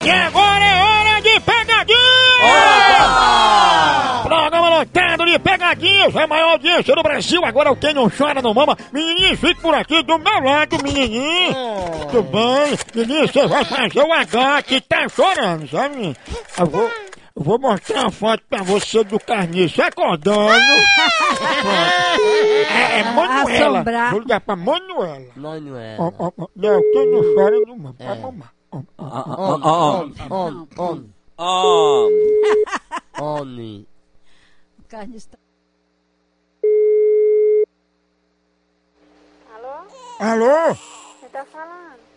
Que agora é hora de pegadinha! Programa lotado de pegadinhas, a maior audiência do Brasil. Agora eu tenho um chora no mama. Menininho, fique por aqui do meu lado, menininho. Tudo bem? Menininho, você vai fazer o H que tá chorando, sabe? Eu vou, eu vou mostrar uma foto pra você do Carniço acordando. É, é Manuela. Assombrar. Vou ligar pra Manuela. Manuel. Ó, ó, ó. Não, tu não chora no mama. Vai mamar. Ó, ó. On, on, on, on, on. On. Carnista. Alô? Alô? Você tá falando?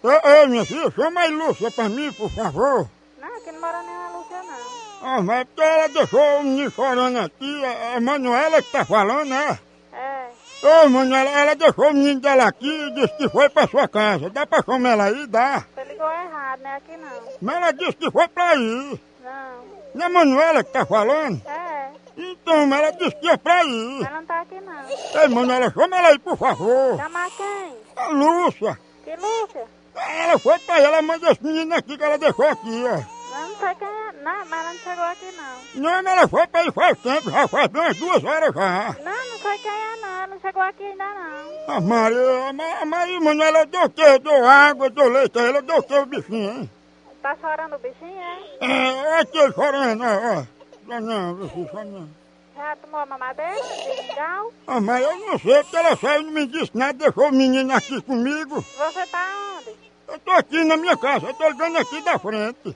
Ô, ô, minha filha, chama aí Lúcia pra mim, por favor. Não, aqui não mora nenhuma Lúcia, não. Ah, mas porque ela deixou o menino chorando aqui, a a Manuela que tá falando, é? É. Ô, Manuela, ela deixou o menino dela aqui e disse que foi pra sua casa. Dá pra chamar ela aí? Dá. Você ligou errado, né? Aqui não. Mas ela disse que foi pra ir. Não. Não é a Manuela que tá falando? É. Então, mas ela disse que é pra ir. Ela não tá aqui, não. Ei, Manuela, chama ela aí, por favor. Chama quem? A Lúcia. Que Lúcia? Ela foi pra aí, ela manda esse menino aqui que ela deixou aqui, ó. Eu não sei quem é. Não, mas ela não chegou aqui, não. Não, mas ela foi pra aí faz tempo, já faz umas duas horas já. Não, não sei quem é, não. Ela não chegou aqui ainda, não. Ah, Maria, Ma- Maria, Manuela, eu dou o quê? Eu dou água, eu dou leite a ele, eu dou o quê, o bichinho, hein? Tá chorando o bichinho, hein? É, olha aqui chorando, ó, ó. Não, não, bichinho, só não. Já tomou a mamadeira? De mingau? Ah, mas eu não sei, porque ela saiu e não me disse nada, deixou o menino aqui comigo. Você tá onde? Eu tô aqui na minha casa, eu tô ligando aqui da frente.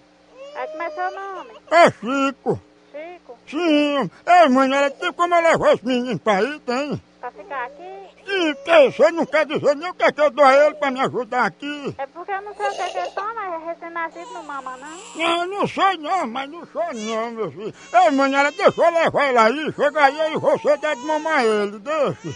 Aí como é seu nome? É Chico. Chico? Sim, é, Manuela, tem como eu levar esse menino pra aí, tem? Pra ficar aqui? Sim, porque você não quer dizer nem o que é que eu dou a ele pra me ajudar aqui. É porque eu não sei o que é que ele toma. É recém-nascido, não mama, não. Não, eu Ah, não sei não, mas não sou não, meu filho. Ei, Manuela, deixa eu levar ele aí, chega aí e você dá de mamar ele, deixa.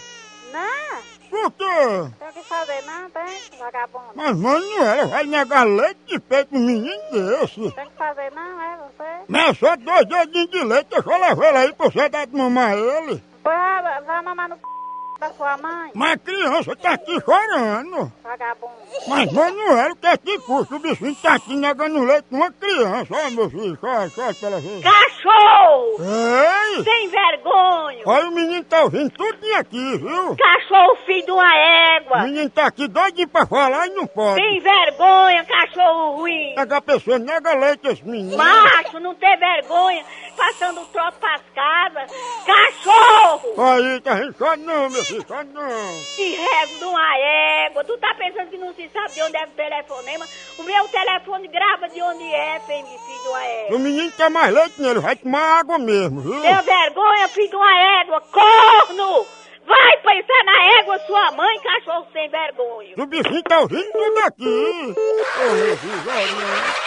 Não! Por quê? Tem o que fazer, não tem? Vagabundo. Mas Manuela vai negar leite de peito um menino desse. Tem o que fazer, não, é você? Mas só dois dedinhos de leite, deixa eu levar ele aí pra você dar de mamar ele. Pois vai, vai mamar no p da sua mãe, Mas a criança tá aqui chorando. vagabundo. Mas Manuela, o que é que custa? O bichinho tá aqui negando leite com uma criança. Ó, meu filho, chora, chora pela vez. Cachorro! Ei! Sem vergonha! Olha, o menino tá ouvindo tudo aqui, viu? Cachorro, filho de uma O égua! menino tá aqui doidinho pra falar e não pode. Sem vergonha, cachorro ruim! Pega a pessoa, nega leite esse menino. Macho, não tem vergonha! Passando o troço pras casas! Cachorro! Aí, tá rindo só não, meu filho, só não. Que rego de uma égua! Tu tá pensando que não se sabe de onde é o telefonema? O meu telefone grava de onde é, filho de filho de uma égua! O menino quer mais leite nele, vai tomar água mesmo, viu? Tem vergonha, filho de uma égua! Corno! Vai pensar na égua sua mãe, cachorro sem vergonha! O bichinho tá ouvindo tudo aqui. Ô, meu filho, olha.